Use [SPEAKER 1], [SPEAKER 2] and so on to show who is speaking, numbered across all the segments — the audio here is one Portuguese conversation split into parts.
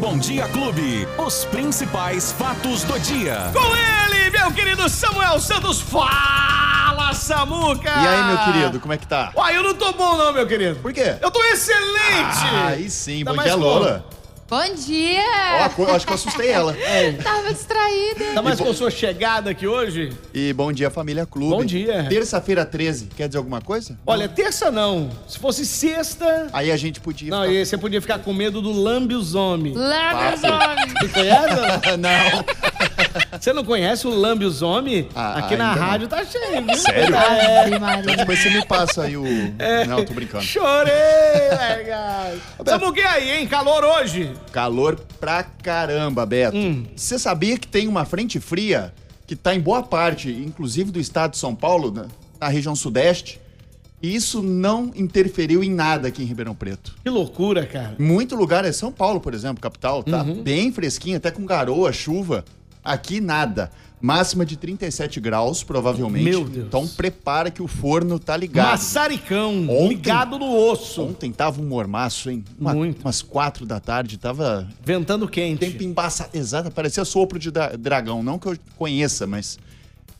[SPEAKER 1] Bom Dia Clube, os principais fatos do dia.
[SPEAKER 2] Com ele, meu querido Samuel Santos. Fala, Samuca!
[SPEAKER 3] E aí,
[SPEAKER 2] Ah.
[SPEAKER 3] meu querido, como é que tá?
[SPEAKER 2] Uai, eu não tô bom não, meu querido.
[SPEAKER 3] Por quê?
[SPEAKER 2] Eu tô excelente!
[SPEAKER 3] Ah, aí sim,
[SPEAKER 2] Tá
[SPEAKER 3] bom
[SPEAKER 2] mais É.
[SPEAKER 3] dia,
[SPEAKER 2] como?
[SPEAKER 3] Lola.
[SPEAKER 4] Bom dia!
[SPEAKER 3] Ó, co- eu acho que eu assustei ela.
[SPEAKER 2] É.
[SPEAKER 4] Tava distraída.
[SPEAKER 2] Tá mais
[SPEAKER 3] E bo-
[SPEAKER 2] com sua chegada aqui hoje?
[SPEAKER 3] E bom dia, família Clube.
[SPEAKER 2] Bom dia. é.
[SPEAKER 3] Terça-feira 13, quer dizer alguma coisa?
[SPEAKER 2] Olha, terça não. Se fosse sexta...
[SPEAKER 3] Aí a gente podia...
[SPEAKER 2] Não, e você podia ficar com medo do Lambiozome.
[SPEAKER 4] Lambda
[SPEAKER 2] Você conhece?
[SPEAKER 3] ficar- Não.
[SPEAKER 2] Você não conhece o Lambiozome?
[SPEAKER 3] Ah,
[SPEAKER 2] Aqui na
[SPEAKER 3] ainda não.
[SPEAKER 2] rádio tá cheio, viu?
[SPEAKER 3] Sério?
[SPEAKER 2] É.
[SPEAKER 3] Então depois você me passa aí o... Não, tô brincando.
[SPEAKER 2] Chorei, legal. Samuca, e aí, hein? Calor hoje.
[SPEAKER 3] Calor pra caramba, Beto.
[SPEAKER 2] Hum.
[SPEAKER 3] Você sabia que tem uma frente fria que tá em boa parte, inclusive do estado de São Paulo, na, na região sudeste? E isso não interferiu em nada aqui em Ribeirão Preto.
[SPEAKER 2] Que loucura, cara.
[SPEAKER 3] Muito lugar é São Paulo, por exemplo, capital, tá
[SPEAKER 2] Uhum.
[SPEAKER 3] bem fresquinho, até com garoa, chuva. Aqui nada. Máxima de 37 graus, provavelmente.
[SPEAKER 2] Meu Deus.
[SPEAKER 3] Então prepara que o forno tá ligado.
[SPEAKER 2] Maçaricão,
[SPEAKER 3] Ontem-
[SPEAKER 2] ligado no osso.
[SPEAKER 3] Ontem tava um mormaço, hein? Uma-
[SPEAKER 2] Muito.
[SPEAKER 3] Umas quatro da tarde, tava
[SPEAKER 2] Ventando quente.
[SPEAKER 3] tempo embaçado. Exato, parecia sopro de da- dragão. Não que eu conheça, mas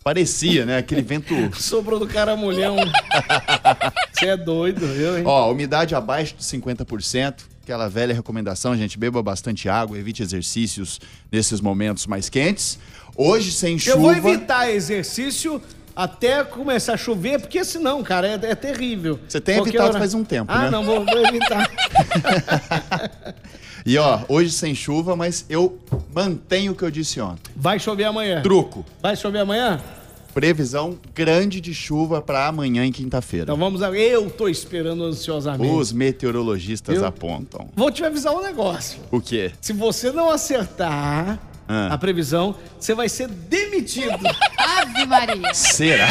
[SPEAKER 3] parecia, né? Aquele vento.
[SPEAKER 2] Sobrou do caramulhão. Você é doido, eu, hein?
[SPEAKER 3] Ó, umidade abaixo de 50%, aquela velha recomendação, gente, beba bastante água, evite exercícios nesses momentos mais quentes. Hoje sem chuva.
[SPEAKER 2] eu vou evitar exercício até começar a chover, porque senão, cara, é, é terrível.
[SPEAKER 3] Você tem
[SPEAKER 2] Qualquer
[SPEAKER 3] evitado faz um tempo,
[SPEAKER 2] ah,
[SPEAKER 3] né?
[SPEAKER 2] não, vou, vou evitar.
[SPEAKER 3] E ó, hoje sem chuva, mas eu mantenho o que eu disse ontem.
[SPEAKER 2] Vai chover amanhã.
[SPEAKER 3] Truco.
[SPEAKER 2] Vai chover amanhã?
[SPEAKER 3] Previsão grande de chuva para amanhã e quinta-feira.
[SPEAKER 2] Então vamos... A... Eu tô esperando ansiosamente.
[SPEAKER 3] Os meteorologistas
[SPEAKER 2] Eu-
[SPEAKER 3] apontam.
[SPEAKER 2] Vou te avisar um negócio.
[SPEAKER 3] O quê?
[SPEAKER 2] Se você não acertar
[SPEAKER 3] Ah.
[SPEAKER 2] a previsão, você vai ser demitido.
[SPEAKER 4] Ave Maria.
[SPEAKER 3] Será?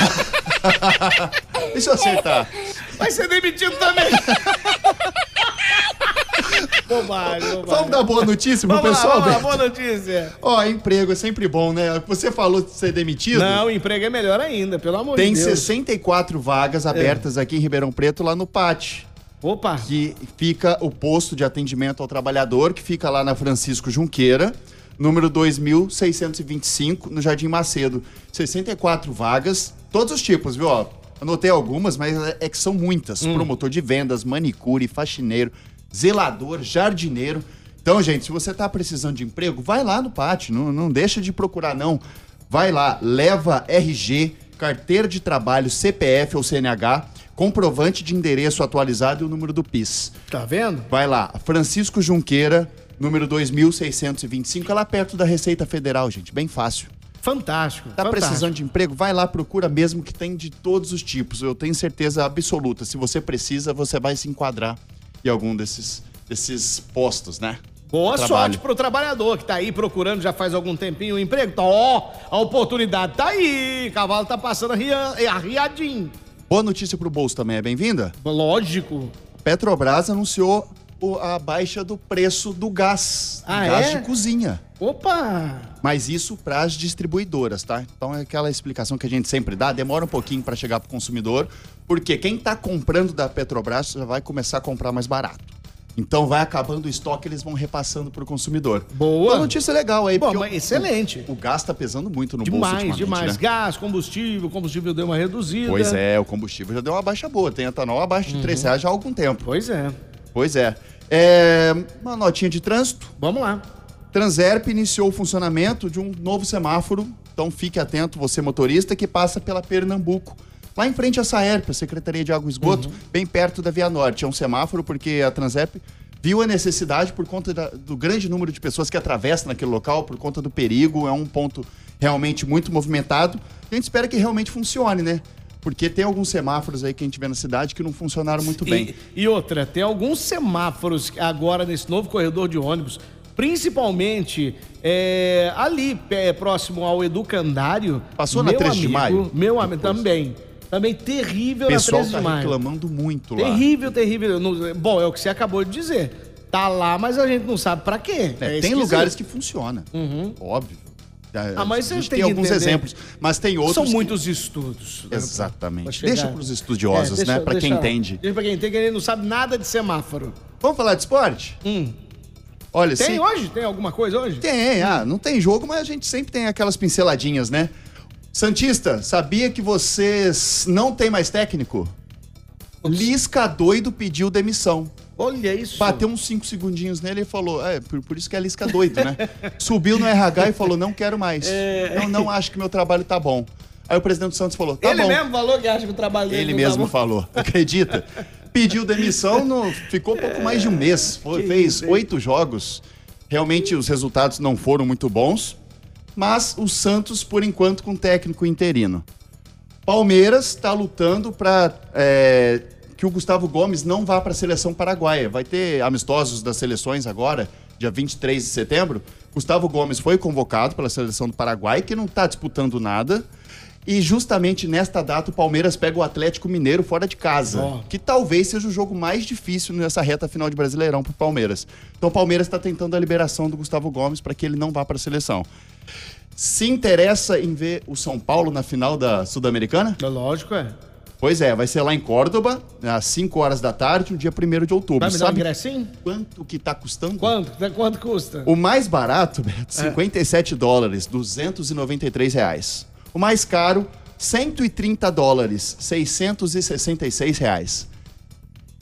[SPEAKER 3] Deixa eu acertar.
[SPEAKER 2] Vai ser demitido também. bobagem, bobagem.
[SPEAKER 3] Vamos dar boa notícia pro
[SPEAKER 2] Vamos lá,
[SPEAKER 3] pessoal,
[SPEAKER 2] vamos lá,
[SPEAKER 3] Beto?
[SPEAKER 2] boa notícia.
[SPEAKER 3] Ó, emprego é sempre bom, né? Você falou de ser demitido?
[SPEAKER 2] Não, o emprego é melhor ainda, pelo amor
[SPEAKER 3] Tem
[SPEAKER 2] de Deus. É.
[SPEAKER 3] 64 vagas abertas aqui em Ribeirão Preto, lá no PAT,
[SPEAKER 2] Opa,
[SPEAKER 3] que fica o posto de atendimento ao trabalhador, que fica lá na Francisco Junqueira, número 2625, no Jardim Macedo. 64 vagas, todos os tipos, viu? Ó, anotei algumas, mas é que são muitas. Promotor de vendas, manicure, faxineiro, zelador, jardineiro. Então, gente, se você tá precisando de emprego, vai lá no PAT, não, não deixa de procurar, não. Vai lá, leva RG, carteira de trabalho, CPF ou CNH, comprovante de endereço atualizado e o número do PIS.
[SPEAKER 2] tá vendo?
[SPEAKER 3] Vai lá, Francisco Junqueira, número 2625, é lá perto da Receita Federal, gente, bem fácil.
[SPEAKER 2] Fantástico.
[SPEAKER 3] Tá
[SPEAKER 2] fantástico.
[SPEAKER 3] precisando de emprego? Vai lá, procura mesmo que tem de todos os tipos. Eu tenho certeza absoluta, se você precisa, você vai se enquadrar em algum desses desses postos, né?
[SPEAKER 2] Boa
[SPEAKER 3] Trabalho.
[SPEAKER 2] sorte pro trabalhador que tá aí procurando já faz algum tempinho um emprego. Tá, ó, a oportunidade tá aí. Cavalo tá passando arria- arriadinho.
[SPEAKER 3] Boa notícia pro bolso também, é bem-vinda?
[SPEAKER 2] Lógico.
[SPEAKER 3] Petrobras anunciou o- a baixa do preço do gás, do
[SPEAKER 2] Ah,
[SPEAKER 3] gás
[SPEAKER 2] é?
[SPEAKER 3] de cozinha.
[SPEAKER 2] Opa!
[SPEAKER 3] Mas isso para as distribuidoras, tá? Então é aquela explicação que a gente sempre dá, demora um pouquinho para chegar pro consumidor, porque quem tá comprando da Petrobras já vai começar a comprar mais barato. Então vai acabando o estoque, eles vão repassando pro consumidor.
[SPEAKER 2] Boa.
[SPEAKER 3] Uma notícia legal aí,
[SPEAKER 2] Bom,
[SPEAKER 3] porque
[SPEAKER 2] mas
[SPEAKER 3] o-
[SPEAKER 2] excelente.
[SPEAKER 3] O, o gás tá pesando muito no bolso
[SPEAKER 2] Demais,
[SPEAKER 3] ultimamente,
[SPEAKER 2] demais.
[SPEAKER 3] né?
[SPEAKER 2] Gás, combustível, combustível deu uma reduzida.
[SPEAKER 3] Pois é, o combustível já deu uma baixa boa, tem etanol abaixo de R$
[SPEAKER 2] Uhum.
[SPEAKER 3] 3 reais já há algum tempo.
[SPEAKER 2] Pois é.
[SPEAKER 3] Pois é. É, uma notinha de trânsito.
[SPEAKER 2] Vamos lá.
[SPEAKER 3] Transerp iniciou o funcionamento de um novo semáforo, então fique atento, você motorista, que passa pela Pernambuco. Lá em frente à Saerp, a Secretaria de Água e Esgoto,
[SPEAKER 2] Uhum.
[SPEAKER 3] bem perto da Via Norte. É um semáforo porque a Transerp viu a necessidade por conta da- do grande número de pessoas que atravessam naquele local, por conta do perigo. É um ponto realmente muito movimentado. A gente espera que realmente funcione, né? Porque tem alguns semáforos aí que a gente vê na cidade que não funcionaram muito bem.
[SPEAKER 2] E, e outra, tem alguns semáforos agora nesse novo corredor de ônibus, principalmente é, ali pé- próximo ao Educandário.
[SPEAKER 3] Passou na
[SPEAKER 2] Meu
[SPEAKER 3] 13 de
[SPEAKER 2] amigo,
[SPEAKER 3] maio?
[SPEAKER 2] Meu amigo,
[SPEAKER 3] Depois.
[SPEAKER 2] também. Também terrível
[SPEAKER 3] O pessoal
[SPEAKER 2] na 13
[SPEAKER 3] tá
[SPEAKER 2] de maio.
[SPEAKER 3] reclamando muito lá.
[SPEAKER 2] Terrível, terrível. Não- Bom, é o que você acabou de dizer. Tá lá, mas a gente não sabe pra quê.
[SPEAKER 3] É,
[SPEAKER 2] É
[SPEAKER 3] tem
[SPEAKER 2] esquisito. Uhum.
[SPEAKER 3] lugares que funciona. Óbvio. A-
[SPEAKER 2] Ah, mas
[SPEAKER 3] a gente
[SPEAKER 2] você tem
[SPEAKER 3] tem
[SPEAKER 2] que
[SPEAKER 3] alguns
[SPEAKER 2] entender.
[SPEAKER 3] exemplos, mas tem outros.
[SPEAKER 2] São
[SPEAKER 3] que-
[SPEAKER 2] muitos estudos. né? Pra
[SPEAKER 3] Exatamente.
[SPEAKER 2] chegar-
[SPEAKER 3] Deixa pros estudiosos,
[SPEAKER 2] É, deixa-
[SPEAKER 3] né? Pra quem
[SPEAKER 2] deixa-
[SPEAKER 3] entende.
[SPEAKER 2] Deixa pra quem entende, que ele não sabe nada de semáforo.
[SPEAKER 3] Vamos falar de esporte?
[SPEAKER 2] Hum.
[SPEAKER 3] Olha,
[SPEAKER 2] Tem
[SPEAKER 3] se-
[SPEAKER 2] hoje? Tem alguma coisa hoje?
[SPEAKER 3] Tem, ah, não tem jogo, mas a gente sempre tem aquelas pinceladinhas, né? Santista, sabia que vocês não tem mais técnico? Lisca doido pediu demissão.
[SPEAKER 2] Olha isso.
[SPEAKER 3] Bateu uns 5 segundinhos nele e falou: É, por, por isso que é Lisca doido, né? Subiu no RH e falou: Não quero mais.
[SPEAKER 2] É.
[SPEAKER 3] Eu não acho que meu trabalho tá bom. Aí o presidente do Santos falou: Tá
[SPEAKER 2] Ele
[SPEAKER 3] bom.
[SPEAKER 2] mesmo falou que acha que o trabalho dele
[SPEAKER 3] Ele
[SPEAKER 2] não tá
[SPEAKER 3] mesmo
[SPEAKER 2] bom.
[SPEAKER 3] falou, acredita? Pediu demissão, no, ficou pouco mais de um mês. Foi- fez oito jogos. Realmente os resultados não foram muito bons. Mas o Santos, por enquanto, com técnico interino. Palmeiras está lutando para que o Gustavo Gomes não vá para a seleção paraguaia. Vai ter amistosos das seleções agora, dia 23 de setembro. Gustavo Gomes foi convocado pela seleção do Paraguai, que não está disputando nada. E justamente nesta data o Palmeiras pega o Atlético Mineiro fora de casa,
[SPEAKER 2] Ó.
[SPEAKER 3] que talvez seja o jogo mais difícil nessa reta final de Brasileirão para o Palmeiras. Então o Palmeiras está tentando a liberação do Gustavo Gomes para que ele não vá para a seleção. Se interessa em ver o São Paulo na final da Sul-Americana?
[SPEAKER 2] É Lógico, é.
[SPEAKER 3] Pois é, vai ser lá em Córdoba, às 5 horas da tarde, no dia 1 de outubro.
[SPEAKER 2] Vai me dar um
[SPEAKER 3] Sabe
[SPEAKER 2] ingressinho?
[SPEAKER 3] quanto que tá custando?
[SPEAKER 2] Quanto? Quanto custa?
[SPEAKER 3] O mais barato, Beto,
[SPEAKER 2] É.
[SPEAKER 3] 57 dólares, 293 reais. O mais caro, 130 dólares, 666 reais.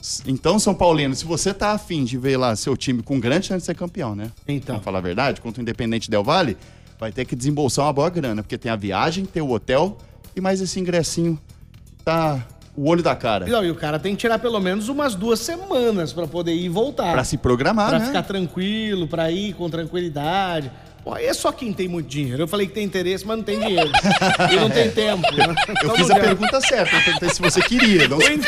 [SPEAKER 3] S- Então, São Paulino, se você tá afim de ver lá seu time com grande chance de ser campeão, né?
[SPEAKER 2] Então.
[SPEAKER 3] Vamos falar a verdade, contra o Independente Del Vale, vai ter que desembolsar uma boa grana, porque tem a viagem, tem o hotel e mais esse ingressinho tá o olho da cara.
[SPEAKER 2] Não, e o cara tem que tirar pelo menos umas duas semanas pra poder ir e voltar.
[SPEAKER 3] Pra se programar,
[SPEAKER 2] Pra
[SPEAKER 3] né?
[SPEAKER 2] ficar tranquilo, pra ir com tranquilidade. Pô, aí é só quem tem muito dinheiro. Eu falei que tem interesse, mas não tem dinheiro. e não tem tempo. né?
[SPEAKER 3] Eu
[SPEAKER 2] Então
[SPEAKER 3] fiz
[SPEAKER 2] não
[SPEAKER 3] a
[SPEAKER 2] deu.
[SPEAKER 3] pergunta certa, eu perguntei se você queria, não se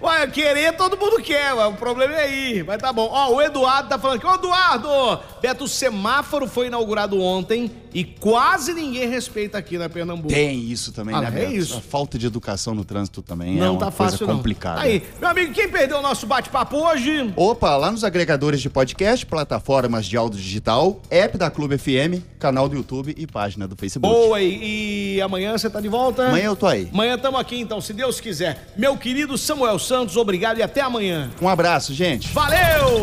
[SPEAKER 2] Ué, querer todo mundo quer, ué, o problema é aí. Mas tá bom. Ó, o Eduardo tá falando aqui. Ô, Eduardo! Beto, o semáforo foi inaugurado ontem e quase ninguém respeita aqui na Pernambuco.
[SPEAKER 3] Tem isso também,
[SPEAKER 2] Ah,
[SPEAKER 3] né,
[SPEAKER 2] é
[SPEAKER 3] Beto?
[SPEAKER 2] isso.
[SPEAKER 3] A falta de educação no trânsito também é
[SPEAKER 2] Não
[SPEAKER 3] uma
[SPEAKER 2] tá fácil,
[SPEAKER 3] coisa
[SPEAKER 2] não.
[SPEAKER 3] complicada.
[SPEAKER 2] Aí, meu amigo, quem perdeu o nosso bate-papo hoje?
[SPEAKER 3] Opa, lá nos agregadores de podcast, plataformas de áudio digital, app da Clube FM, canal do YouTube e página do Facebook.
[SPEAKER 2] Boa, e, e amanhã você tá de volta?
[SPEAKER 3] Amanhã eu tô aí.
[SPEAKER 2] Amanhã estamos aqui, então, se Deus quiser. Meu querido Samuel Santos, obrigado e até amanhã.
[SPEAKER 3] Um abraço, gente.
[SPEAKER 2] Valeu!